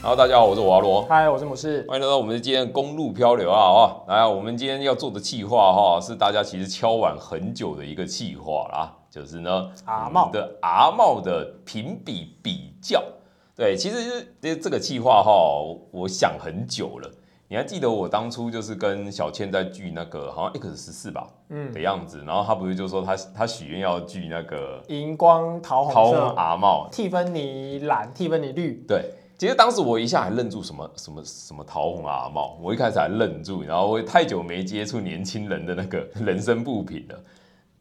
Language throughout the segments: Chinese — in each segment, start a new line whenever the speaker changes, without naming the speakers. Hello，大家好，我是我阿罗，
嗨，我是母士。
欢迎来到我们今天的公路漂流啊哦，来啊，我们今天要做的企划哈，是大家其实敲碗很久的一个企划啦，就是呢，
阿茂
我们的阿茂的评比比较，对，其实就是这这个企划哈，我想很久了。你还记得我当初就是跟小倩在聚那个好像 X 十四吧
嗯
的，样子，然后她不是就说她她许愿要聚那个
荧光桃
超
红色，
阿茂，
蒂芬尼蓝，蒂芬尼绿，
对，其实当时我一下还愣住什么什么什么桃红阿茂，我一开始还愣住，然后我太久没接触年轻人的那个 人生不平了，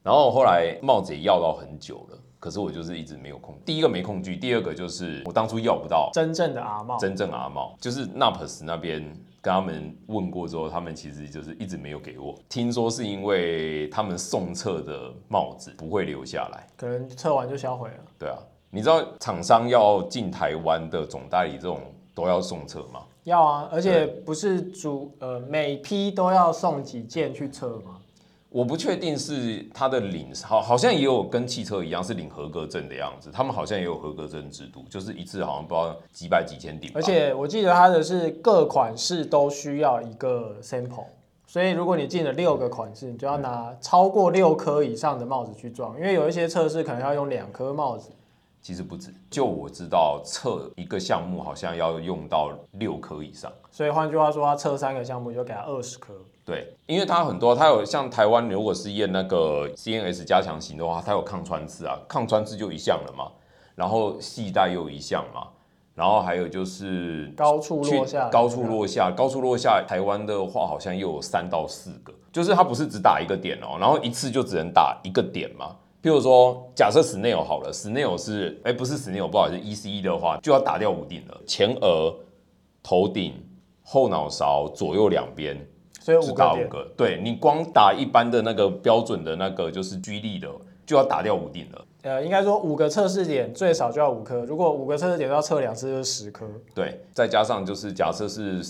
然后后来帽子也要到很久了，可是我就是一直没有空。第一个没空聚，第二个就是我当初要不到
真正的阿茂。
真正阿茂，就是 NAPS 那边跟他们问过之后，他们其实就是一直没有给我。听说是因为他们送测的帽子不会留下来。
可能测完就销毁了。
对啊，你知道厂商要进台湾的总代理这种都要送车吗？
要啊，而且不是主呃每批都要送几件去测吗？
我不确定是它的领好，好像也有跟汽车一样是领合格证的样子，他们好像也有合格证制度，就是一次好像不知道几百几千顶吧。
而且我记得它的是各款式都需要一个 sample，所以如果你进了六个款式，你就要拿超过六颗以上的帽子去撞，因为有一些测试可能要用两颗帽子。
其实不止，就我知道测一个项目好像要用到六颗以上。
所以换句话说，它测三个项目就给它二十颗。
对，因为它很多，它有像台湾如果是验那个 CNS 加强型的话，它有抗穿刺啊，抗穿刺就一项了嘛，然后系带又一项嘛，然后还有就是
高处落
去
下，
高处落下，高处落下，台湾的话好像又有三到四个，就是它不是只打一个点哦，然后一次就只能打一个点嘛。譬如说，假设 snail 好了，snail 是哎、不是 snail，不好意思，E C E 的话就要打掉五顶了，前额、头顶、后脑勺、左右两边，
所以
只
五个
打
点
五。个，对你光打一般的那个标准的那个就是居力的，就要打掉五顶了。
呃，应该说五个测试点最少就要五颗，如果五个测试点都要测两次，就是十颗。
对，再加上就是假设是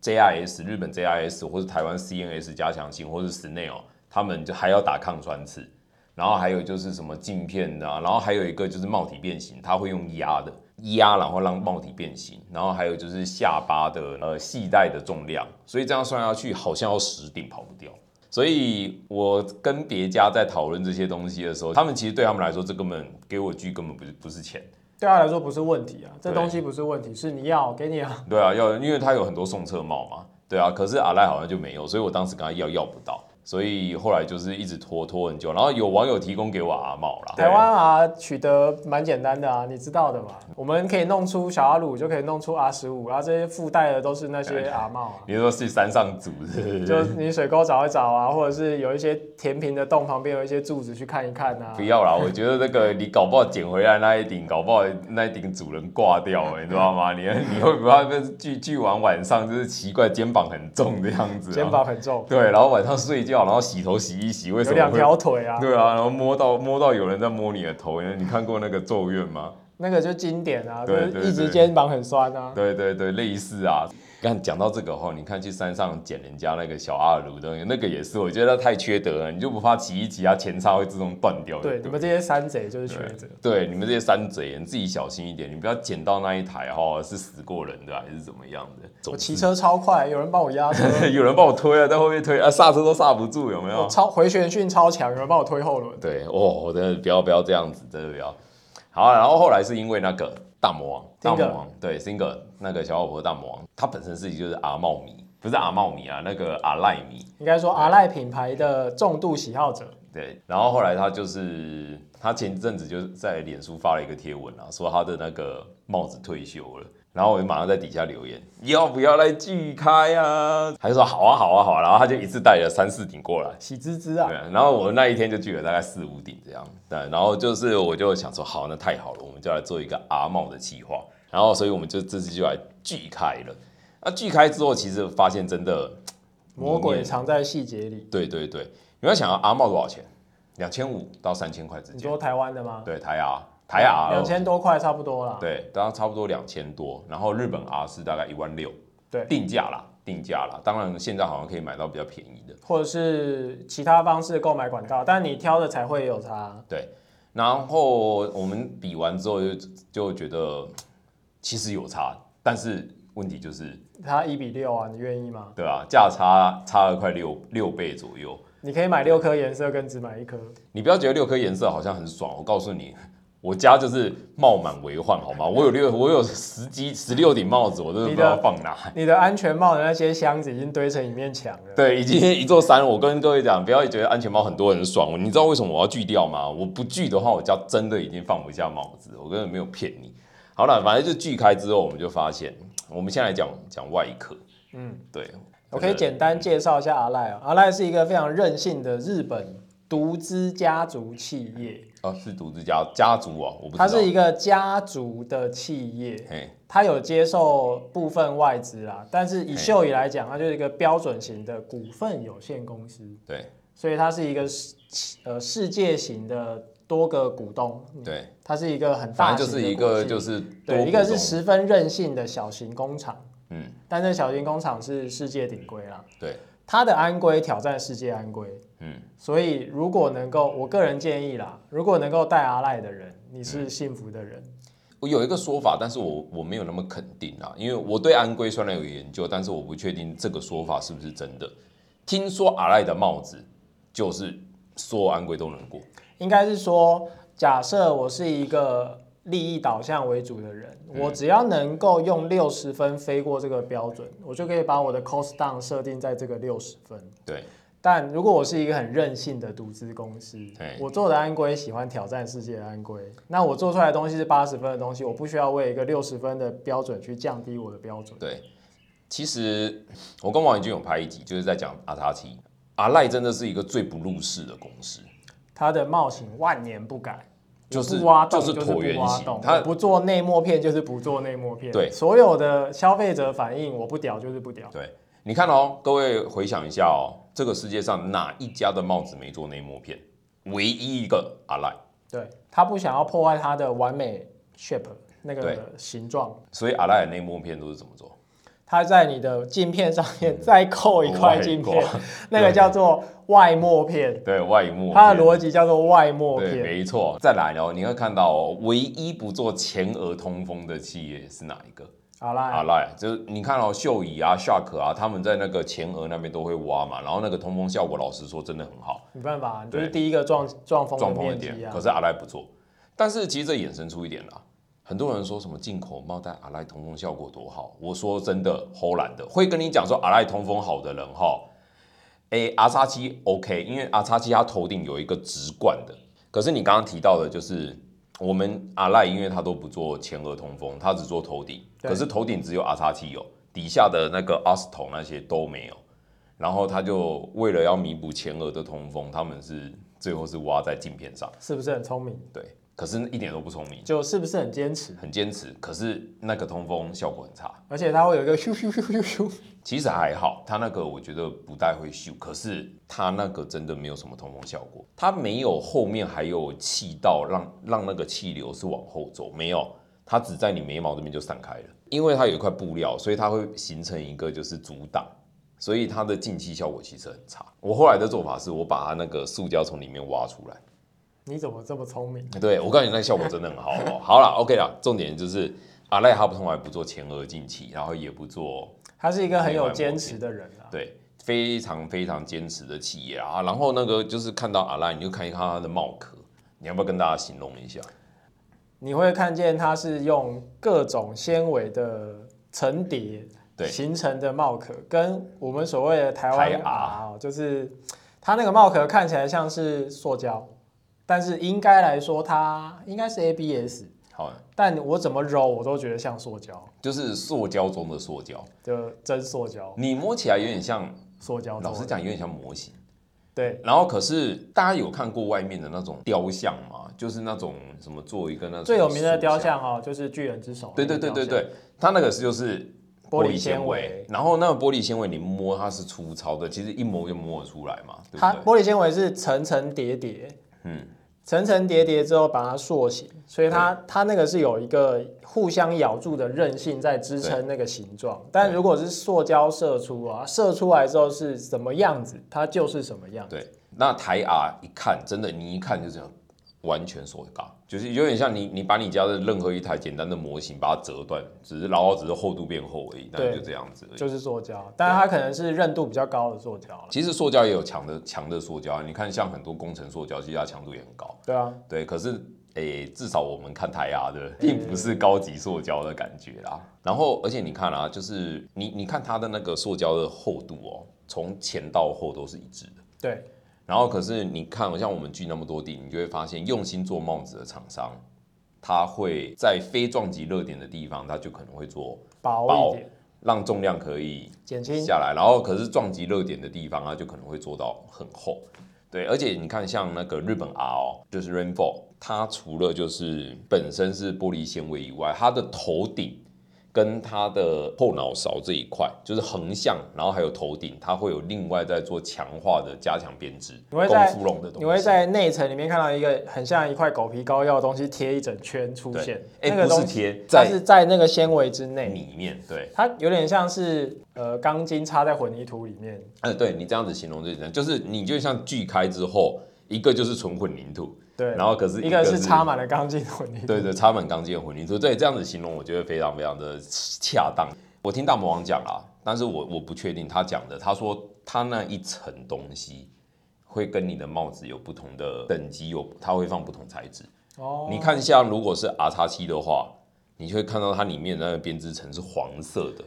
JIS 日本 JIS 或是台湾 CNS 加强型或是 Snail，他们就还要打抗穿刺，然后还有就是什么镜片的、啊，然后还有一个就是帽体变形，它会用压的压，然后让帽体变形，然后还有就是下巴的呃系带的重量，所以这样算下去好像要十顶跑不掉。所以我跟别家在讨论这些东西的时候，他们其实对他们来说，这根本给我锯根本不是不是钱。
对他来说不是问题啊，这
对
东西不是问题，是你要给你啊。
对啊，要因为他有很多送车帽嘛，对啊，可是阿赖好像就没有，所以我当时跟他要要不到，所以后来就是一直拖拖很久，然后有网友提供给我阿帽啦，
台湾啊，取得蛮简单的啊，你知道的嘛。我们可以弄出小阿鲁，就可以弄出 R 十五，啊，这些附带的都是那些阿帽啊。
对，你说嗯是山上组是不是？
就你水沟找一找啊，或者是有一些填平的洞旁边有一些柱子去看一看啊
不。要啦，我觉得那个你搞不好捡回来那一顶，搞不好那一顶主人挂掉、欸，你知道 吗？你你会不会聚聚完晚上就是奇怪肩膀很重的样子、啊？
肩膀很重，
对，然后晚上睡觉，然后洗头洗一洗，为什
有
么
两
会？
条腿啊，
对啊，然后摸到摸到有人在摸你的头，你看过那个《咒怨》吗？
那个就经典啊，就
对
是
对
一直
对
肩膀很酸啊。
对对对，类似啊。看讲到这个后，你看去山上捡人家那个小阿鲁的东西，那个也是，我觉得太缺德了。你就不怕骑一骑啊，前叉会自动断掉？
对，你们这些山贼就是瘸子。
对，你们这些山贼，你自己小心一点，你不要捡到那一台哈、是死过人的还是怎么样的。
我
总
骑车超快，有人帮我 压车，
之有人帮我推啊，在后面推啊，刹车都刹不住，有没有啊
我？超回旋训超强，有人帮我推后轮。
对，哦，我真的不要不要这样子，真的不要。好啊，然后后来是因为那个大魔王，大
Singer
魔王对 Singer 那个小老婆的大魔王，他本身自己就是阿茂迷，不是阿茂迷啊，那个阿赖迷。
应该说阿赖品牌的重度喜好者，
对，然后后来他就是他前阵子就是在脸书发了一个贴文啊，说他的那个帽子退休了，然后我就马上在底下留言，要不要来聚开啊？他就说好啊好啊好啊，然后他就一次带了三四顶过来。
喜滋滋啊
对，，然后我那一天就聚了大概四五顶这样，对，然后就是我就想说，好，那太好了，我们就来做一个阿茂的计划，然后所以我们就这次就来聚开了。那聚开之后，其实发现真的，
魔鬼藏在细节里。
对对对，你要想要阿茂多少钱？两千五到三千块之
你
间，
说台湾的吗？
对，台牙台牙
两千多块差不多啦。
对，大概差不多两千多，然后日本 R 是大概一万六，
对
定价啦，定价啦，当然现在好像可以买到比较便宜的。
或者是其他方式购买管道，但你挑的才会有差。
然后我们比完之后就就觉得其实有差，但是问题就是，
它一比六啊，你愿意吗？
对啊，价差差了快六六倍左右。
你可以买六颗颜色，跟只买一颗。
你不要觉得六颗颜色好像很爽，我告诉你，我家就是帽满为患，好吗？我有六，我有十几十六顶帽子，我真的不知道放哪。
你的安全帽的那些箱子已经堆成一面墙了。
对，已经 一座山了。我跟各位讲，不要觉得安全帽很多人爽。你知道为什么我要拒掉吗？我不拒的话，我家真的已经放不下帽子，我根本没有骗你。好了，反正就拒开之后，我们就发现，我们先来讲讲外壳。
嗯，
对，
我可以简单介绍一下阿赖啊。阿赖是一个非常任性的日本独资家族企业，
啊，是独资家家族啊，我不知道。
它是一个家族的企业，
嘿，
它有接受部分外资啦，但是以秀仪来讲，它就是一个标准型的股份有限公司，
对
所以它是一个世呃世界型的多个股东，
对，
它是一个很大
反
型
正
的
就是一
国
个
际
就是多
对，一个
股
是
东
十分任性的小型工厂，
嗯
但这小型工厂是世界顶规啦，
对
它的安规挑战世界安规，
嗯
所以如果能够，我个人建议啦，如果能够带阿赖的人，你是幸福的人，
我有一个说法，但是我我没有那么肯定啊，因为我对安规虽然有研究，但是我不确定这个说法是不是真的。听说阿赖的帽子就是所有安规都能过，
应该是说，假设我是一个利益导向为主的人，
嗯
我只要能够用六十分飞过这个标准，我就可以把我的 cost down 设定在这个六十分。
对，
但如果我是一个很任性的独资公司
对，
我做的安规喜欢挑战世界的安规，那我做出来的东西是八十分的东西，我不需要为一个六十分的标准去降低我的标准。
对，其实我跟王宇君有拍一集，就是在讲阿塔奇，阿赖真的是一个最不入世的公司，
它的帽型万年不改，
就是
我不挖洞
就是
不
椭圆
挖
形
洞，
它
我不做内膜片就是不做内膜片。
对
所有的消费者反应，我不屌就是不屌。
对，你看哦，各位回想一下哦，这个世界上哪一家的帽子没做内膜片？唯一一个阿赖，
对他不想要破坏它的完美 shape 那
对
个形状，
所以阿赖的内膜片都是怎么做？
它在你的镜片上面再扣一块镜片
外挂，
那个叫做外膜片，
对 Oh 外膜，
它的逻辑叫做外膜
对，
片。
没错。再来哦，你会看到哦，唯一不做前额通风的企业是哪一个？
好
阿
啦，
赖，就是你看哦，秀仪啊、Shark 啊，他们在那个前额那边都会挖嘛，然后那个通风效果，老实说真的很好，
没办法，就
对
是第一个撞撞风的
撞风一
面
点
积。啊
可。是阿赖不做，但是其实这衍生出一点啦。很多人说什么进口帽戴阿赖通风效果多好，我说真的，齁懒的会跟你讲说阿赖通风好的人哈，哎、r 叉七 OK，因为 R 叉七它头顶有一个直贯的，可是你刚刚提到的就是我们阿赖，因为它都不做前额通风，它只做头顶，
对
可是头顶只有 R 叉七有，底下的那个 R 筒那些都没有，然后它就为了要弥补前额的通风，他们是最后是挖在镜片上，
是不是很聪明？
对，可是一点都不聪明，
就是不是很坚持？
很坚持，可是那个通风效果很差。
而且它会有一个咻咻咻咻咻，
其实还好，它那个我觉得不太会锈，可是它那个真的没有什么通风效果，它没有后面还有气道让让那个气流是往后走，没有，它只在你眉毛这边就散开了，因为它有一块布料，所以它会形成一个就是阻挡，所以它的进气效果其实很差。我后来的做法是我把它那个塑胶从里面挖出来。
你怎么这么聪明？
对，我告诉你，那个效果真的很好哦。好了，OK 了，重点就是阿赖哈不从来不做前额进气，然后也不做
他是一个很有坚持的人啊。
对，非常非常坚持的企业啊。然后那个就是看到阿赖，你就看一看它的帽壳，你要不要跟大家形容一下？
你会看见它是用各种纤维的层叠
对
形成的帽壳，跟我们所谓的台湾
台
啊，哦就是它那个帽壳看起来像是塑胶，但是应该来说它应该是 ABS，
好，
但我怎么揉我都觉得像塑胶，
就是塑胶中的塑胶，
就真塑胶，
你摸起来有点像，
塑胶做
老实
的。
讲有点像模型。
对，
然后可是大家有看过外面的那种雕像吗？就是那种什么做一个那种
最有名的
塑
雕。像哦，就是巨人之手。
对对对对，对，它那个是就是
玻璃纤
纤
维，
然后那个玻璃纤维你摸它是粗糙的，其实一摸就摸得出来嘛，对
它
不对？
玻璃纤维是层层叠叠，
嗯，
层层叠叠之后把它塑形，所以它它那个是有一个互相咬住的韧性在支撑那个形状。但如果是塑胶射出啊，射出来之后是什么样子，它就是什么样。
对。那台 R 一看，真的你一看就这样，完全锁嘎，就是有点像你你把你家的任何一台简单的模型把它折断，只是然后只是厚度变厚而已，那
对
就这样子而已。
就是塑胶，啊但是它可能是韧度比较高的塑胶了。
其实塑胶也有强的强的塑胶，你看像很多工程塑胶，其实它强度也很高。
对啊，
对，可是诶、至少我们看台压的，并不是高级塑胶的感觉啦。然后，而且你看啊，就是你你看它的那个塑胶的厚度哦，从前到后都是一致的。
对，
然后，可是你看，像我们锯那么多地，你就会发现，用心做帽子的厂商，他会在非撞击热点的地方，他就可能会做
薄一
薄
点，
让重量可以
减轻。
下来，然后可是撞击热点的地方啊，就可能会做到很厚。对，而且你看，像那个日本 R 哦，就是 Rainfall，它除了就是本身是玻璃纤维以外，它的头顶跟它的后脑勺这一块，就是横向，然后还有头顶，它会有另外在做强化的加强编织，
你会
功
在
夫龙的东西。
你会在内层里面看到一个很像一块狗皮膏药的东西贴一整圈出
对
现，
哎、
那个
不
东
是
西
贴
它
在
是在那个纤维之内，
里面，对，
它有点像是呃钢筋插在混凝土里面，
嗯、对你这样子形容最简单，就是你就像锯开之后，一个就是纯混凝土，
对，
然后可是
一
个
个是插满了钢筋混 凝土，
对对，插满钢筋的混凝土，对这样子形容，我觉得非常非常的恰当。我听大魔王讲啦，但是我我不确定他讲的，他说他那一层东西会跟你的帽子有不同的等级，有它会放不同材质。
哦，
你看，像如果是 R 叉七的话，你就会看到它里面的那个编织层是黄色的，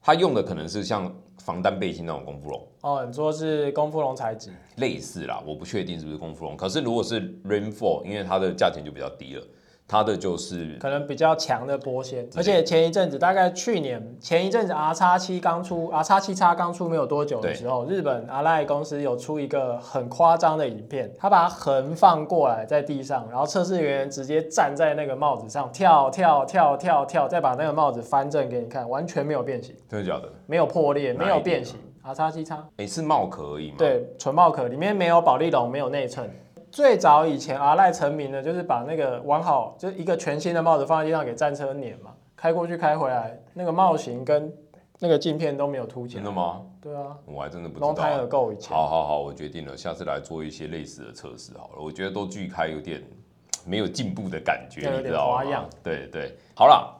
它用的可能是像防弹背心那种功夫绒。
哦，你说是功夫龙材质，
类似啦，我不确定是不是功夫绒。可是如果是 Rainfall，因为它的价钱就比较低了，它的就是
可能比较强的波纤，而且前一阵子大概去年前一阵子 R 叉七刚出，R 叉七叉刚出没有多久的时候，日本阿赖公司有出一个很夸张的影片，他把横放过来在地上，然后测试员员直接站在那个帽子上跳跳跳跳跳，再把那个帽子翻正给你看，完全没有变形，
真的假的？
没有破裂，
哪一
没有
点
变形，R 叉七叉。
诶，是帽壳而已嘛？，
对，纯帽壳里面没有保丽龙，没有内衬。最早以前阿赖成名的，就是把那个完好，就是一个全新的帽子放在地上给战车碾嘛，开过去开回来，那个帽型跟那个镜片都没有凸起
真
来。
的吗？
对啊
我还真的不
，Long
知道
time
啊。
ago 以前。
好好好，我决定了，下次来做一些类似的测试好了。我觉得都锯开有点没有进步的感觉，
对
你
有
知
点
道
花
吗
样？
对对，好啦，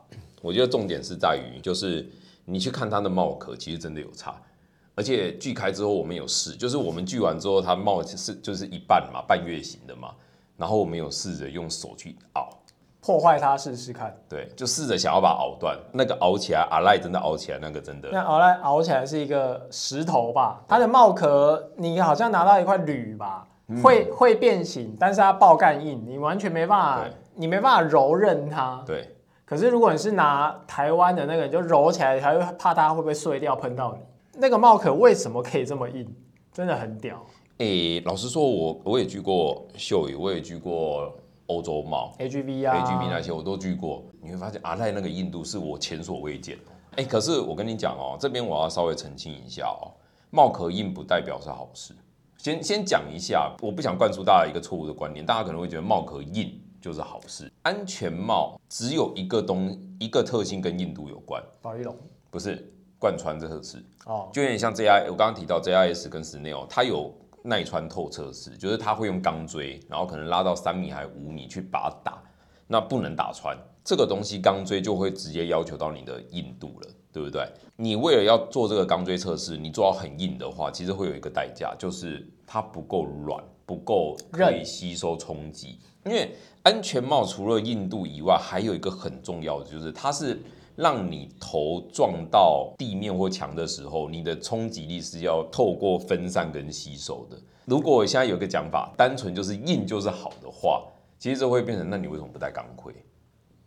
我觉得重点是在于，就是你去看它的帽壳，其实真的有差。而且锯开之后，我们有试，就是我们锯完之后，它帽是就是一半嘛，半月形的嘛，然后我们有试着用手去凹，
破坏它试试看。
对，就试着想要把它凹断，那个凹起来，阿赖真的凹起来，那个真的
那熬来熬起来是一个石头吧？它的帽壳你好像拿到一块铝吧，
嗯
会会变形，但是它爆干硬，你完全没办法
对，
你没办法柔韧它。
对。
可是如果你是拿台湾的那个，你就揉起来，还会怕它会不会碎掉喷到你。那个帽壳为什么可以这么硬？真的很屌。
诶、老实说我，我也锯过秀宇，我也锯过欧洲帽、
H V 啊
A G B 那些，我都锯过。你会发现阿赖那个硬度是我前所未见的。诶、可是我跟你讲哦，这边我要稍微澄清一下哦，帽壳硬不代表是好事。先先讲一下，我不想灌输大家一个错误的观念，大家可能会觉得帽壳硬就是好事。安全帽只有一个东一个特性跟硬度有关，
保丽龙
不是贯穿这个事。
哦，
就有点像 JI，我刚刚提到 JIS 跟 Snail，它有耐穿透测试，就是它会用钢锥，然后可能拉到三米还五米去把它打，那不能打穿。这个东西钢锥就会直接要求到你的硬度了，对不对？你为了要做这个钢锥测试，你做到很硬的话，其实会有一个代价，就是它不够软，不够可以吸收冲击。因为安全帽除了硬度以外，还有一个很重要的就是它是让你头撞到地面或墙的时候，你的冲击力是要透过分散跟吸收的。如果我现在有一个讲法，单纯就是硬就是好的话，其实这会变成，那你为什么不戴钢盔？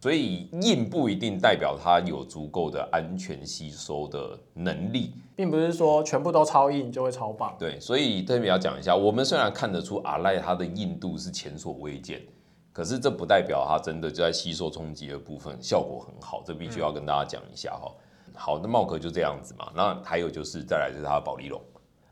所以硬不一定代表它有足够的安全吸收的能力。
并不是说全部都超硬就会超棒。
对，所以特别要讲一下，我们虽然看得出阿赖它的硬度是前所未见，可是这不代表它真的就在吸收冲击的部分效果很好，这必须要跟大家讲一下哈。好，那帽壳就这样子嘛。那还有就是，再来就是它的保利龙，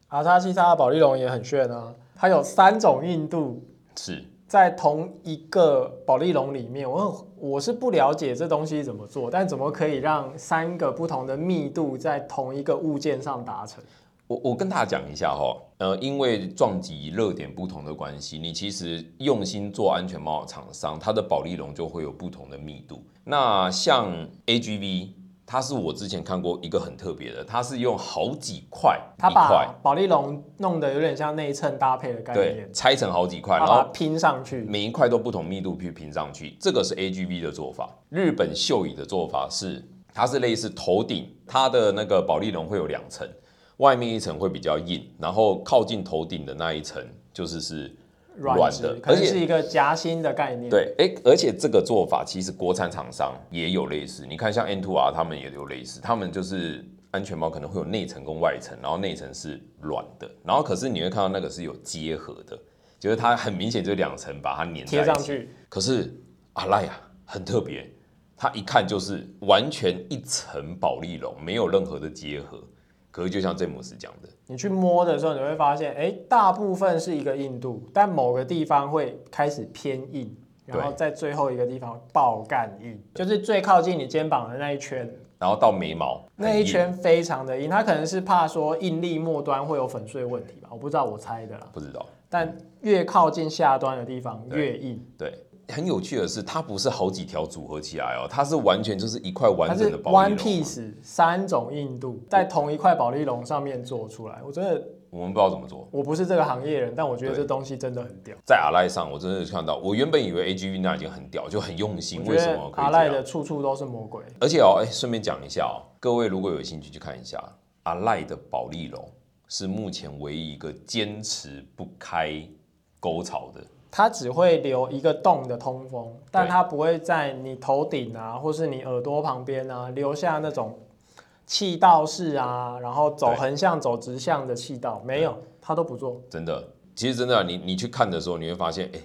阿叉西叉的保丽龙也很炫啊，它有三种硬度
是
在同一个保丽龙里面。我很我是不了解这东西怎么做，但怎么可以让三个不同的密度在同一个物件上达成？
我我跟大家讲一下哈、呃，因为撞击热点不同的关系，你其实用心做安全帽的厂商，它的保利龙就会有不同的密度。那像 AGV，它是我之前看过一个很特别的，它是用好几块
他
一块
把，保利龙弄得有点像内衬搭配的概
对
念，，
拆成好几块，
他
然后
把它拼上去。
每一块都不同密度去拼上去，这个是 AGV 的做法。日本秀椅的做法是，它是类似头顶，它的那个保丽龙会有两层，外面一层会比较硬，然后靠近头顶的那一层就是是
软
软
质
的
可能
而且
是一个夹心的概念。，
对，诶，而且这个做法其实国产厂商也有类似，你看像 N2R 他们也有类似，他们就是安全帽可能会有内层跟外层，然后内层是软的，然后可是你会看到那个是有结合的，就是它很明显就两层把它粘在一起
贴上去，
可是阿赖啊很特别，它一看就是完全一层保丽龙，没有任何的结合。可是就像詹姆斯讲的，
你去摸的时候，你会发现，哎，大部分是一个硬度，但某个地方会开始偏硬，然后
对
在最后一个地方爆干硬，就是最靠近你肩膀的那一圈，
然后到眉毛
那一
很硬
圈非常的硬。它可能是怕说应力末端会有粉碎问题吧，我不知道，我猜的啦。
不知道。
但越靠近下端的地方
对
越硬，
对，很有趣的是，它不是好几条组合起来哦，它是完全就是一块
它
完整
是
的保丽龙。
one piece 三种硬度在同一块保丽龙上面做出来。我真的
我们不知道怎么做。
我不是这个行业人，但我觉得
对
这东西真的很屌。
在阿赖上，我真的看到，我原本以为 A G V 那已经很屌，就很用心
我，觉
为什
得
么可以这
阿赖
样？
的处处都是魔鬼。
而且哦，哎、顺便讲一下哦，各位如果有兴趣去看一下，阿赖的保利龙是目前唯一一个坚持不开沟槽的。
它只会留一个洞的通风，但它不会在你头顶啊，或是你耳朵旁边啊留下那种气道式啊，然后走
对
横向、走直向的气道，没有，它都不做。
真的，其实真的啊、你你去看的时候，你会发现，哎、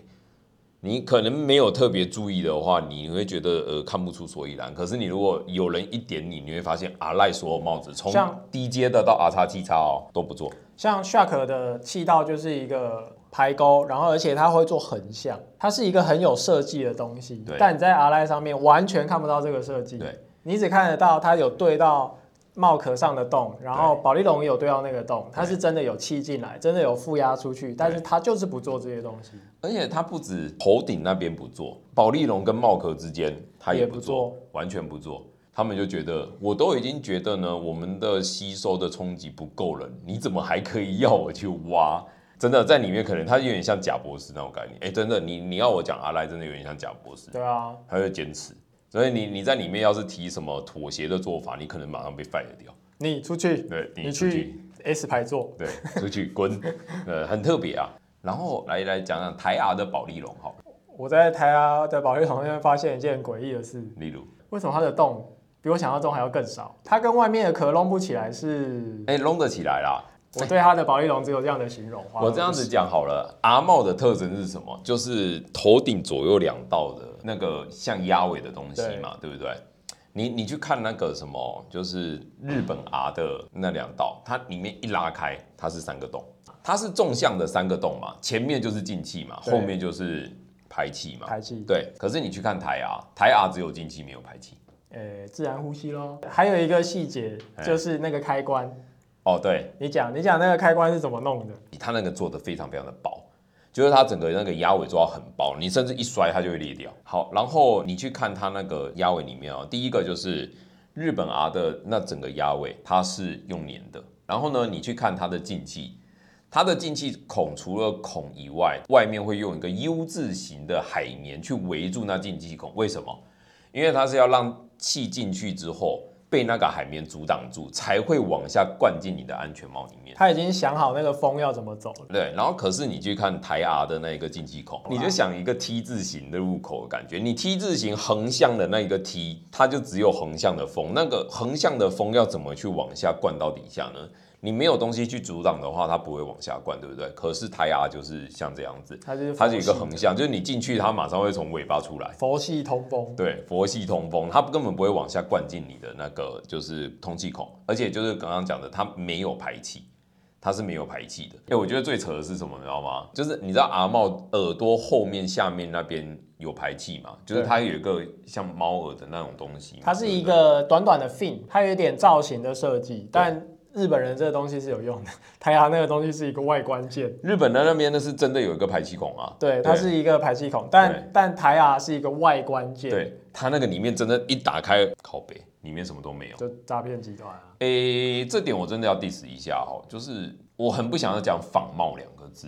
你可能没有特别注意的话，你会觉得呃看不出所以然。可是你如果有人一点你，你会发现阿赖所有帽子从
像
低阶的到 R 叉 T 叉哦都不做，
像 Shark 的气道就是一个排沟，然后而且它会做横向，它是一个很有设计的东西
对，
但你在 R Line 上面完全看不到这个设计，
对，
你只看得到它有对到帽壳上的洞，然后保利龙也有对到那个洞，它是真的有气进来，真的有负压出去，但是它就是不做这些东西，
而且它不止头顶那边不做，保利龙跟帽壳之间它也
也
不
不
做，
做
完全不做。他们就觉得，我都已经觉得呢，我们的吸收的冲击不够了，你怎么还可以要我去挖？ 真的在里面可能它有点像贾博士那种概念。哎、真的，你你要我讲阿赖，真的有点像贾博士，
对啊，
他会坚持。所以你你在里面要是提什么妥协的做法，你可能马上被 fire 掉。
你出去，
对，
你
出去
去 S 排座，
对，出去滚， 呃，很特别啊。然后来来讲讲台牙的保利龙好了，
我在台湾的保利龙那边发现一件诡异的事，
例如。
为什么它的洞比我想象中还要更少？它跟外面的壳隆不起来是？
哎、弄得起来啦！
我对它的保利龙只有这样的形容。
我这样子讲好了，阿茂的特征是什么？就是头顶左右两道的那个像鸭尾的东西嘛，对不对？你你去看那个什么，就是日本 R 的那两道，它里面一拉开，它是三个洞，它是纵向的三个洞嘛，前面就是进气嘛，
对
后面就是排气嘛，
排气，
对。可是你去看台 R，台 R 只有进气没有排气。
呃、自然呼吸咯。还有一个细节就是那个开关，
哦，对，
你讲，你讲那个开关是怎么弄的？
它那个做的非常非常的薄，就是它整个那个鸭尾做到很薄，你甚至一摔它就会裂掉。好，然后你去看它那个鸭尾里面哦，第一个就是日本 R 的那整个鸭尾，它是用粘的。然后呢，你去看它的进气，它的进气孔除了孔以外，外面会用一个 U 字形的海绵去围住那进气孔。为什么？因为它是要让气进去之后被那个海绵阻挡住，才会往下灌进你的安全帽里面。
他已经想好那个风要怎么走了。
对，然后可是你去看台 R 的那一个进气口，你就想一个 T 字形的入口的感觉，你 T 字形横向的那一个 T，它就只有横向的风，那个横向的风要怎么去往下灌到底下呢？你没有东西去阻挡的话，它不会往下灌，对不对？可是台 R 就是像这样子，
它就是
它是有一个
佛系
横向，就是你进去，它马上会从尾巴出来。
佛系通风，
对，佛系通风，它根本不会往下灌进你的那个就是通气孔，而且就是刚刚讲的，它没有排气，它是没有排气的。哎、我觉得最扯的是什么，你知道吗？就是你知道阿茂耳朵后面下面那边有排气嘛，就是
对
它有一个像猫耳的那种东西嘛，
它是
对不
一
对
个短短的 fin，它有一点造型的设计，但日本人这个东西是有用的， 台牙那个东西是一个外观件，
日本的那边呢是真的有一个排气孔啊，
对，它是一个排气孔，但
对
但台牙是一个外观件，，
对它那个里面真的，一打开靠背里面什么都没有。
就诈骗集团啊，
诶、这点我真的要 diss 一下哈，就是我很不想要讲仿冒两个字，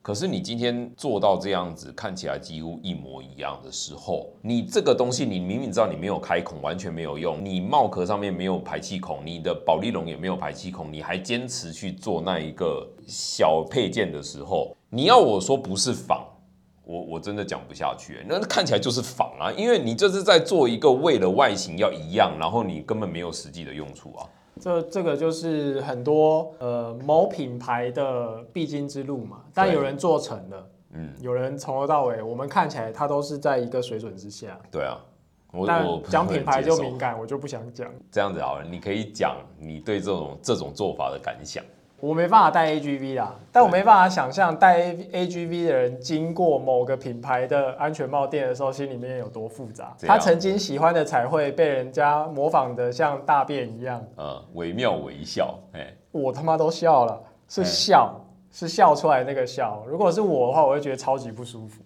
可是你今天做到这样子，看起来几乎一模一样的时候，你这个东西你明明知道你没有开孔，完全没有用，你帽壳上面没有排气孔，你的保利龙也没有排气孔，你还坚持去做那一个小配件的时候，你要我说不是仿，我我真的讲不下去欸，那看起来就是仿啊，因为你这是在做一个为了外形要一样，然后你根本没有实际的用处啊。
这这个就是很多呃某品牌的必经之路嘛，但
对
有人做成了，嗯，有人从头到尾，我们看起来它都是在一个水准之下，
对啊，我
但
我
讲
不
品
能
牌
接
就
受
敏感，我就不想讲。
这样子好了，你可以讲你对这种这种做法的感想。
我没办法带 AGV 啦，但我没办法想象带 A- AGV 的人经过某个品牌的安全帽店的时候，心里面有多复杂。
怎
他
样
曾经喜欢的彩绘被人家模仿的像大便一样，
呃，惟妙惟肖，哎、
我他妈都笑了，是
哎
笑，是笑出来那个笑。如果是我的话，我会觉得超级不舒服。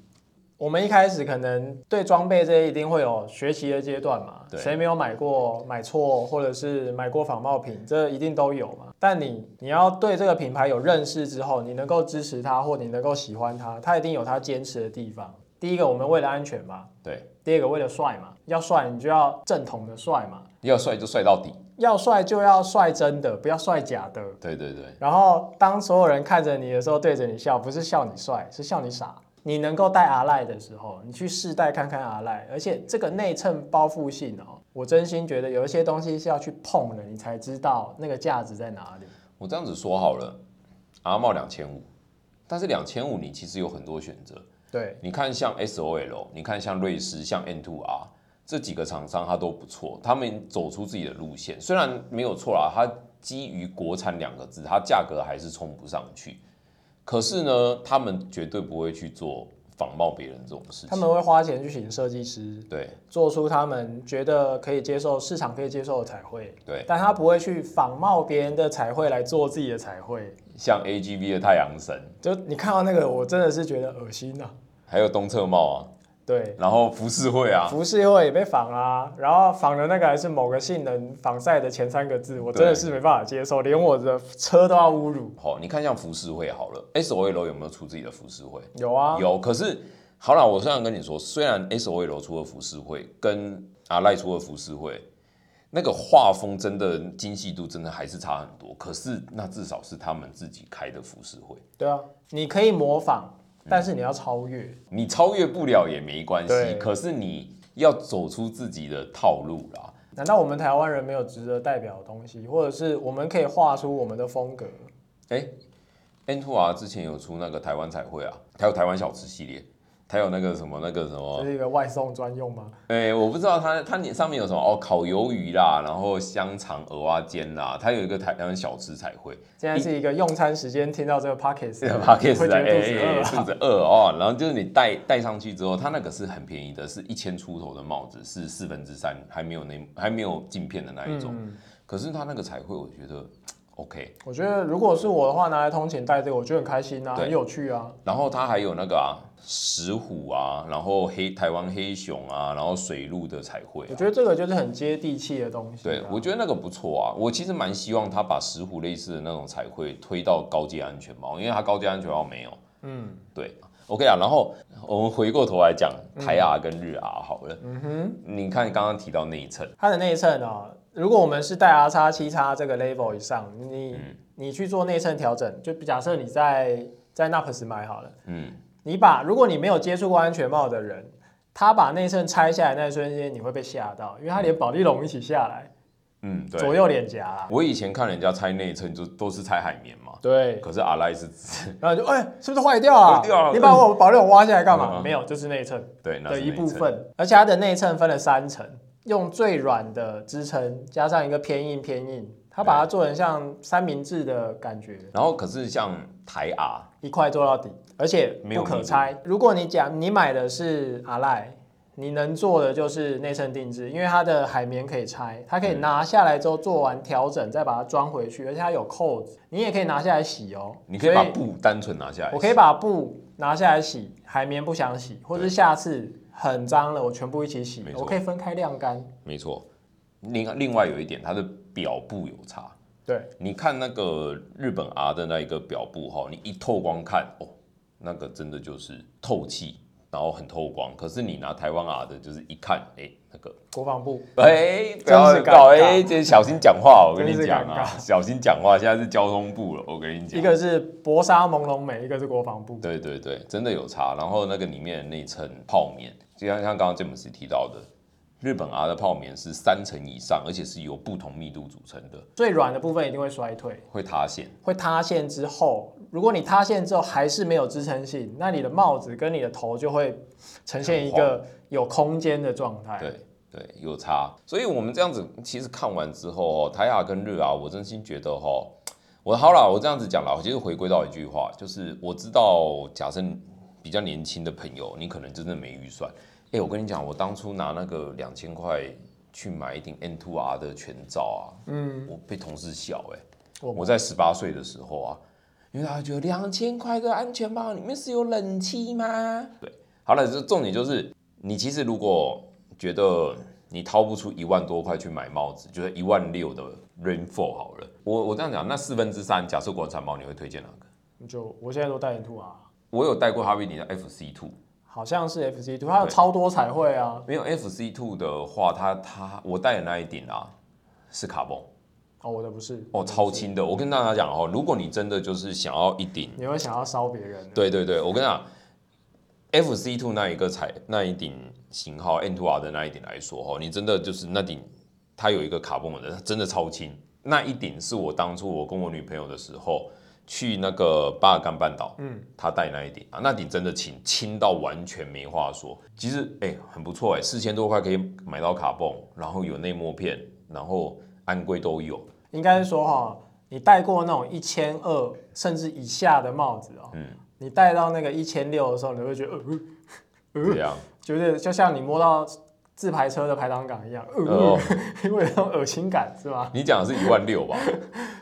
我们一开始可能对装备这些一定会有学习的阶段嘛，
对
谁没有买过买错或者是买过仿冒品，这一定都有嘛。但你你要对这个品牌有认识之后，你能够支持它或你能够喜欢它，它一定有它坚持的地方。第一个，我们为了安全嘛；
对，
第二个，为了帅嘛，要帅你就要正统的帅嘛，
要帅就帅到底。
要帅就要帅真的，不要帅假的。
对对对，
然后当所有人看着你的时候，对着你笑，不是笑你帅，是笑你傻。你能够戴阿赖的时候，你去试戴看看阿赖，而且这个内衬包覆性哦，我真心觉得有一些东西是要去碰的，你才知道那个价值在哪里。
我这样子说好了，阿茂两千五，但是两千五你其实有很多选择。
对，
你看像 SOL，你看像瑞士，像 N2R 这几个厂商，它都不错，他们走出自己的路线，虽然没有错啦，它基于国产两个字，它价格还是冲不上去，可是呢，他们绝对不会去做仿冒别人这种事情。
他们会花钱去请设计师，
对
做出他们觉得可以接受、市场可以接受的彩绘，
对，
但他不会去仿冒别人的彩绘来做自己的彩绘。
像 AGV 的太阳神，
就你看到那个，我真的是觉得恶心呐、啊
还有东侧帽啊，
对，
然后服饰会啊，
服饰会也被仿啊，然后仿的那个还是某个性能仿赛的前三个字，我真的
对
是没办法接受，连我的车都要侮辱。
好，你看像服饰会好了，SOL 有没有出自己的服饰会？
有啊，
有，可是好了，我虽然跟你说，虽然 S O L 出的服饰会跟阿赖出的服饰会，那个画风真的精细度真的还是差很多，可是那至少是他们自己开的服饰会，
对啊，你可以模仿，但是你要超越。
你超越不了也没关
对
系，可是你要走出自己的套路啦。
难道我们台湾人没有值得代表的东西，或者是我们可以画出我们的风格？
哎、n Two R 之前有出那个台湾彩绘啊，还有台湾小吃系列，还有那个什么那个什么
这是一个外送专用吗？
哎、我不知道它它你上面有什么哦，烤鱿鱼啦，然后香肠、鹅啊煎啦，它有一个台湾小吃彩 绘
现在是一个用餐时间，听到这个 pockets，
p a c k e
会
t
觉
哎哎，
得肚子饿啊。
肚子饿哦，然后就是你戴戴上去之后，它那个是很便宜的，是一千出头的帽子，是四分之三，还没有那还没有镜片的那一种，可是它那个彩绘我觉得 OK，
我觉得如果是我的话，拿来通勤带这个，我觉得很开心啊，
对
很有趣啊。
然后它还有那个啊石虎啊，然后黑台湾黑熊啊，然后水鹿的彩绘、啊
我，觉得这个就是很接地气的东西啊、
对，我觉得那个不错啊。我其实蛮希望他把石虎类似的那种彩绘推到高阶安全帽，因为它高阶安全帽没有。嗯，对。OK 啊，然后我们回过头来讲台
嗯
R 跟日 R 好了。嗯哼，你看刚刚提到内衬，
它的内衬哦，如果我们是带 R 叉七叉这个 level 以上，你、
嗯
你去做内衬调整，就假设你在在 Naps 买好了，
嗯，
你把如果你没有接触过安全帽的人，他把内衬拆下来那一瞬间，你会被吓到，因为他连保利龙一起下来，
嗯，
左
对。
右脸颊啊啦，
我以前看人家拆内衬就都是拆海绵嘛，
对，
可是阿赖是直
然后就哎、是不是坏掉了？
坏掉了
你把我保利龙挖下来干嘛？
嗯
没有，就是内衬。
对那
的
是
一
内
部
衬。
分，而且它的内衬分了三层，用最软的支撑加上一个偏硬偏硬，它把它做成像三明治的感觉，
然后可是像台 R，
一块做到底，而且
没
不
有
可
密度
拆。如果你讲你买的是阿赖，你能做的就是内衬定制，因为它的海绵可以拆，它可以拿下来之后做完调整，再把它装回去，而且它有扣子，你也可以拿下来洗哦。
你可以把
所
布单纯拿下来，
我可以把布拿下来洗，海绵不想洗，或
对
是下次很脏了我全部一起洗
没，错
我可以分开晾干。
没错。另另外有一点，它的表布有差。
对，
你看那个日本 R 的那一个表布哈，你一透光看哦，那个真的就是透气，然后很透光。可是你拿台湾 R 的，就是一看，哎、那个
国防部
哎，不
真
要
是尴
搞
尬
哎，这小心讲话，我跟
真
你
是
讲
尴
啊，小心讲话。现在是交通部了，我跟你讲。
一个是薄纱朦胧美，一个是国防部。
对对对，真的有差。然后那个里面的内层泡棉，就像像刚刚詹姆斯提到的，日本 R 的泡棉是三层以上，而且是由不同密度组成的，
最软的部分一定会衰退，
会塌陷。
会塌陷之后，如果你塌陷之后还是没有支撑性，那你的帽子跟你的头就会呈现一个有空间的状态。
对对，有差。所以我们这样子其实看完之后哦，台亚跟日啊，我真心觉得哦，我好啦，我这样子讲啦，我其实回归到一句话，就是我知道，假设你比较年轻的朋友，你可能真的没预算。哎、我跟你讲，我当初拿那个两千块去买一顶 N Two R 的全罩啊，嗯，我被同事笑哎、
我
我在十八岁的时候啊，因为他觉得两千块的安全帽里面是有冷气吗？对，好了，这重点就是你其实如果觉得你掏不出一万多块去买帽子，就是一万六的 Rainfall 好了，我我这样讲，那四分之三，假设国产帽，你会推荐哪个？
你就我现在都戴眼兔啊，
我有戴过哈维尼的 FC Two，
好像是 FC Two，它有
对
超多彩绘啊。
没有 FC Two 的话，它它我戴的那一顶啊是卡蹦
哦，我的不是，
哦，超轻的。我跟大家讲哦，如果你真的就是想要一顶
你会想要烧别人的。
对对对，我跟你讲，FC Two 那一个彩那一顶型号 N Two R 的那一顶来说哦，你真的就是那顶，它有一个卡蹦的，它真的超轻。那一顶是我当初我跟我女朋友的时候去那个巴尔干半岛，嗯，她戴那一顶啊，那顶真的轻轻到完全没话说。其实哎、很不错哎、四千多块可以买到卡蹦，然后有内膜片，然后安规都有。
应该是说哈，你戴过那种一千二甚至以下的帽子哦，
嗯
你戴到那个一千六的时候，你会觉得呃，
这样，
觉得就像你摸到自排车的排挡杆一样，呃，
哦，
因为有那种恶心感是吗？
你讲的是一万六 吧？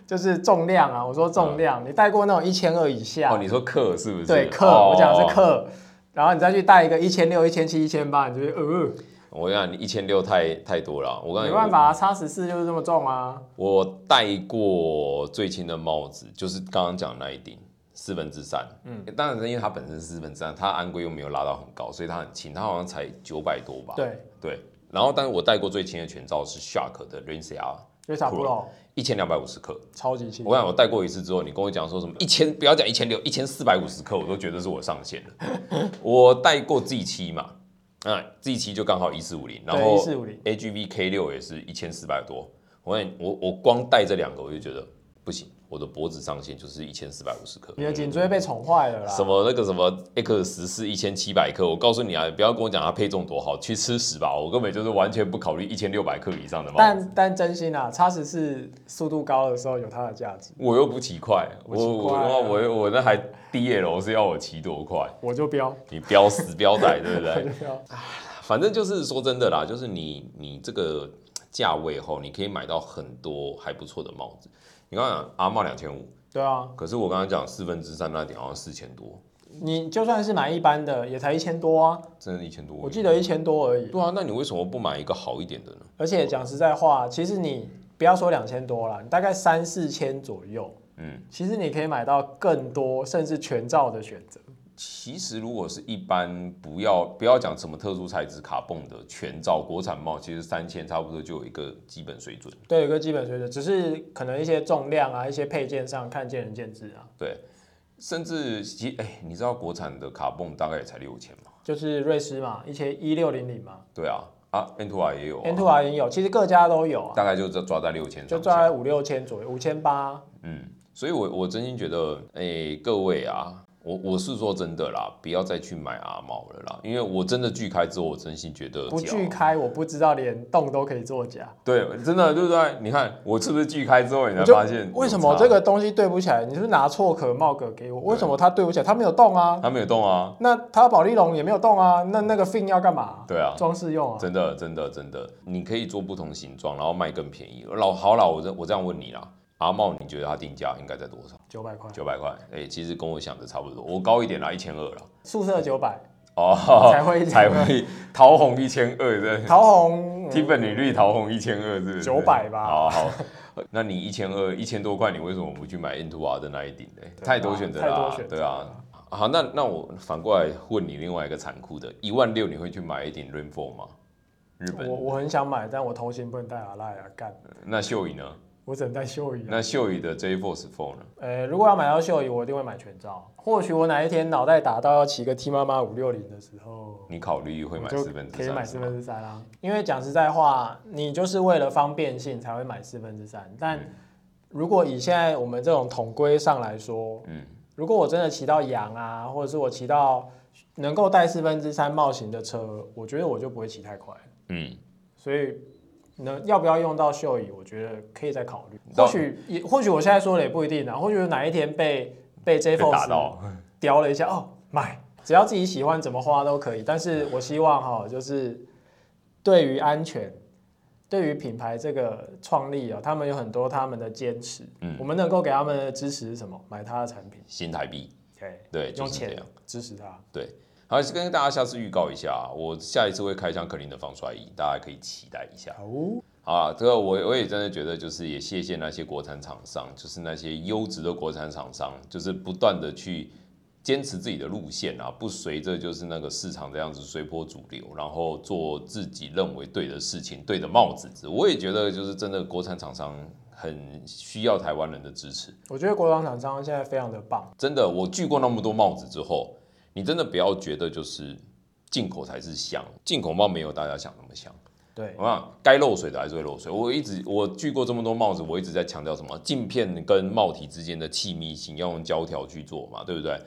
就是重量啊，我说重量，你戴过那种一千二以下，
嗯哦，你说克是不是？
对克，
哦
我讲的是克，然后你再去戴一个一千六、一千七、一千八，你就会呃，
我跟你讲你一千六太太多了啊，我刚
没
才
办法、啊，叉十四就是这么重啊。
我戴过最轻的帽子，就是刚刚讲的那一顶四分之三。嗯，当然是因为它本身是四分之三，它安规又没有拉到很高，所以它很轻，它好像才九百多吧。
对，
对然后，但是我戴过最轻的全罩是 Shark 的 Rain CR
就是塔布罗
一千两百五十克。
超级轻
我，跟你讲我戴过一次之后，你跟我讲说什么一千，不要讲一千六，一千四百五十克，我都觉得是我上限了。我戴过 G 七嘛，啊，G 七就刚好一四五零，然
对，一
后
四五零，
AGV K 六也是一千四百多，我跟你我我光带这两个我就觉得不行，我的脖子上限就是一千四百五十克。
你的颈椎被宠坏了啦。
什么那个什么 X 十四一千七百克，我告诉你啊，你不要跟我讲它配重多好，去吃屎吧！我根本就是完全不考虑一千六百克以上的嘛，
但但真心啊，叉十四速度高的时候有它的价值，
我又不骑快，
不
我
骑
我
快啊
我我我那还 DL 是要我骑多快？
我就标，
你飙死飙仔对不
我
对
就？标。
反正就是说真的啦，就是你你这个价位后，你可以买到很多还不错的帽子。你刚刚讲阿茂两千五，
对啊，
可是我刚刚讲四分之三那点好像四千多，
你就算是买一般的，也才一千多啊，
真的一千多。
我记得一千多而已。
对啊，那你为什么不买一个好一点的呢？
而且讲实在话，其实你不要说两千多啦，你大概三四千左右，
嗯，
其实你可以买到更多甚至全罩的选择。
其实如果是一般不要不要讲什么特殊材质卡泵的全罩国产帽，其实三千差不多就有一个基本水准。
对，有一个基本水准，只是可能一些重量啊、一些配件上看见仁见智啊。
对，甚至其实哎、你知道国产的卡泵大概也才六千嘛？
就是瑞士嘛，一千一六零零嘛
对啊，啊 N t w R 也有、啊，
，N two R 也有，其实各家都有啊，
大概就抓抓在六千，
就抓在五六千左右，五千八。
嗯，所以我我真心觉得，哎、各位啊，我我是说真的啦，不要再去买阿猫了啦，因为我真的锯开之后，我真心觉得
不
脚
锯开，我不知道连洞都可以作假。
对，真的对不对？你看我是不是锯开之后，你才
我就
发现
为
有
什么
差
这个东西对不起来？你是不是拿错壳帽壳给我？为什么它对不起来？它没有动啊，
它没有动啊？
那它保利龙也没有动啊，那那个 fin 要干嘛？
对啊，
装饰用啊。
真的真的真的，你可以做不同形状，然后卖更便宜。老好啦，我这我这样问你啦，阿茂你觉得它定价应该在多少？
九百块，
九百块，哎、其实跟我想的差不多，我高一点啦，一千二啦。
宿舍九百，
哦，
才会
才会桃红一千二的
桃 红嗯
，Tiffany 绿桃红一千二是不是
900吧
好好，那你一千二一千多块，你为什么不去买 Into R 的那一顶呢？
对啊
太多选择
太
啦
多选，择
对啊。好，那那我反过来问你另外一个残酷的，一万六你会去买一顶 Rainbow 吗？日本
我我很想买，但我头型不能戴阿赖啊，干，
那秀仪呢？
我只能戴秀仪啊。
那秀仪的 J Force Four 呢？
呃，如果要买到秀仪，我一定会买全罩。或许我哪一天脑袋打到要骑个 T 妈妈五六零的时候，
你考虑会
我
买
就
四分
可
之
以
三
买四
是
分
吗？
之三啦。因为讲实在话，你就是为了方便性才会买四分之三。但
嗯
如果以现在我们这种统规上来说，
嗯，
如果我真的骑到羊啊，或者是我骑到能够带四分之三帽型的车，我觉得我就不会骑太快。
嗯，
所以能要不要用到秀椅，我觉得可以再考虑。
到
或许也或许我现在说的也不一定啊，或许有哪一天被被 J
被
f o
打
x
到，
叼了一下，哦，买，只要自己喜欢怎么花都可以。但是我希望哈、就是对于安全。对于品牌这个创立啊、他们有很多他们的坚持，
嗯
我们能够给他们的支持是什么？买他的产品，
新台币，
对，
对，就
用
是这样
钱。支持他。
好，跟大家下次预告一下，啊我下一次会开箱克林的防摔衣，大家可以期待一下。
好哦，
好啦，这个我我也真的觉得，就是也谢谢那些国产厂商，就是那些优质的国产厂商，就是不断的去坚持自己的路线啊，不随着就是那个市场这样子随波逐流，然后做自己认为对的事情、对的帽子。我也觉得，就是真的国产厂商很需要台湾人的支持。
我觉得国防厂商现在非常的棒，
真的，我锯过那么多帽子之后，你真的不要觉得就是进口才是香，进口帽没有大家想那么香。
对，
我想该漏水的还是会漏水。我一直我锯过这么多帽子，我一直在强调什么镜片跟帽体之间的气密性要用胶条去做嘛，对不对？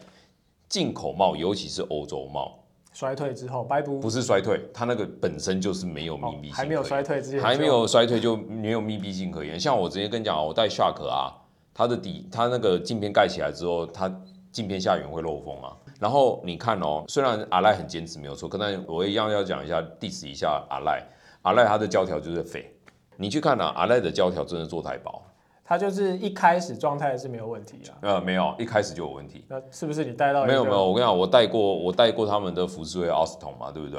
进口帽，尤其是欧洲帽，
衰退之后，拜不
不是衰退，它那个本身就是没有密
哦
闭性可言、
还没有衰退之前，
还没，有衰退就没有密闭性可言。像我直接跟你讲，我戴 Shark 啊，它的底它那个镜片盖起来之后，它镜片下缘会漏风啊。然后你看哦，虽然阿赖很坚持没有错，可但我一样要讲一下 diss 一下阿赖。阿赖它的胶条就是废，你去看啊，阿赖的胶条真的做太薄，
它就是一开始状态是没有问题啊。
呃，没有一开始就有问题。
那是不是你带到一个
没有没有，我跟你讲，我戴过我戴过他们的服饰会奥斯通嘛，对不对？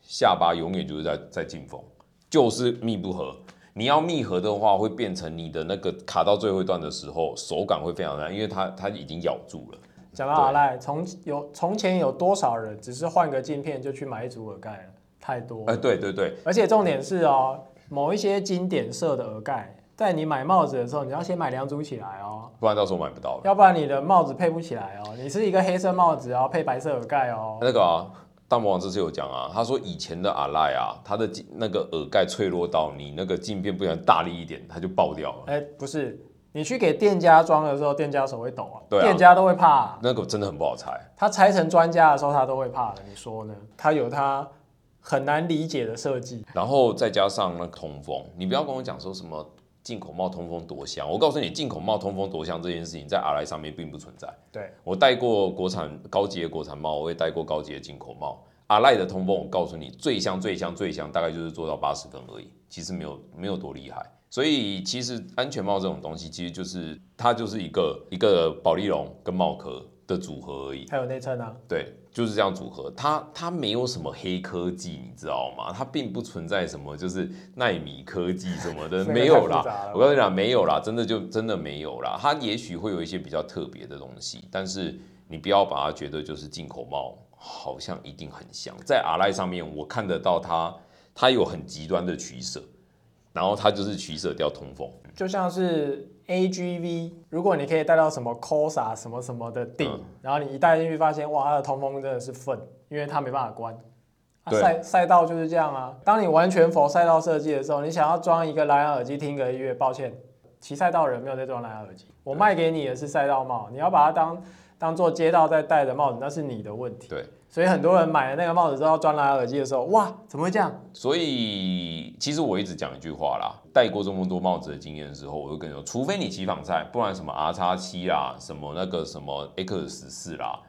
下巴永远就是在在进风，就是密不合。你要密合的话，会变成你的那个卡到最后一段的时候，手感会非常难，因为它它已经咬住了。
讲到阿赖，从有从前有多少人只是换个镜片就去买一组耳盖了，太多。
哎、对对对，
而且重点是哦，某一些经典色的耳盖，在你买帽子的时候，你要先买两组起来哦。
不然到时候买不到了。
要不然你的帽子配不起来哦，你是一个黑色帽子，然后配白色耳盖哦。
那个啊，大魔王这次有讲啊，他说以前的阿赖啊，他的镜那个耳盖脆弱到你那个镜片不小心大力一点，它就爆掉了。
哎、不是，你去给店家装的时候，店家手会抖啊，
对啊
店家都会怕啊、
那个真的很不好拆。
他拆成专家的时候，他都会怕的，你说呢？他有他很难理解的设计，
然后再加上那通风，你不要跟我讲说什么进口帽通风多香，我告诉你，进口帽通风多香这件事情在阿莱上面并不存在。
对，
我戴过国产高级的国产帽，我也戴过高级的进口帽。阿赖的通风，我告诉你，最香、最香、最香，大概就是做到八十分而已，其实没有没有多厉害。所以其实安全帽这种东西，其实就是它就是一个一个保利龙跟帽壳的组合而已。
还有内衬啊，
对，就是这样组合。它它没有什么黑科技，你知道吗？它并不存在什么就是纳米科技什么的，
那个
没有
太复杂
啦
了。
我告诉你啦，没有啦，真的就真的没有啦。它也许会有一些比较特别的东西，但是你不要把它觉得就是进口帽好像一定很香。在阿赖上面，我看得到它，它有很极端的取舍，然后它就是取舍掉通风。
就像是 AGV，如果你可以带到什么 Cosa 什么什么的顶，
嗯
然后你一带进去发现，哇，它的通风真的是粪，因为它没办法关。啊
对
赛赛道就是这样啊。当你完全否赛道设计的时候，你想要装一个蓝牙耳机听个音乐，抱歉，骑赛道人没有在装蓝牙耳机。我卖给你的是赛道帽，你要把它当当做街道在戴的帽子，那是你的问题。
对，
所以很多人买了那个帽子之后，装蓝牙耳机的时候，哇，怎么会这样？
所以其实我一直讲一句话啦，戴过这么多帽子的经验之后，我就跟你说，除非你起仿赛，不然什么 R 叉七啦，什么那个什么 X 十四啦，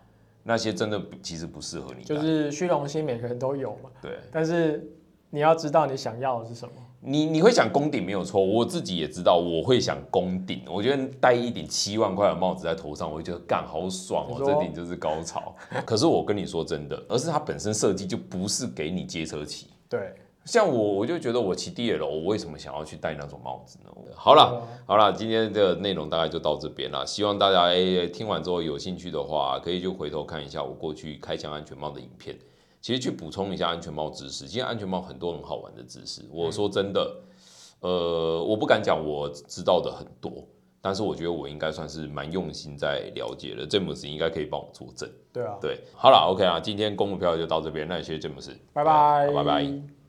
那些真的其实不适合你戴。
就是虚荣心，每个人都有嘛。
对
但是你要知道你想要的是什么。
你，你会想攻顶没有错，我自己也知道我会想攻顶。我觉得戴一顶七万块的帽子在头上，我会觉得干好爽哦，
你说
这顶就是高潮。可是我跟你说真的，而是它本身设计就不是给你街车骑。
对，
像我，我就觉得我骑 DL，我为什么想要去戴那种帽子呢？好啦，好啦，今天的内容大概就到这边啦。希望大家诶、听完之后有兴趣的话，可以就回头看一下我过去开箱安全帽的影片，其实去补充一下安全帽知识。其实安全帽很多很好玩的知识，我说真的，呃，我不敢讲我知道的很多，但是我觉得我应该算是蛮用心在了解的。詹姆斯应该可以帮我作证。
对啊，
对，好啦 o k 啊，今天公布票就到这边，那也谢谢詹姆斯，
拜拜，
好拜拜。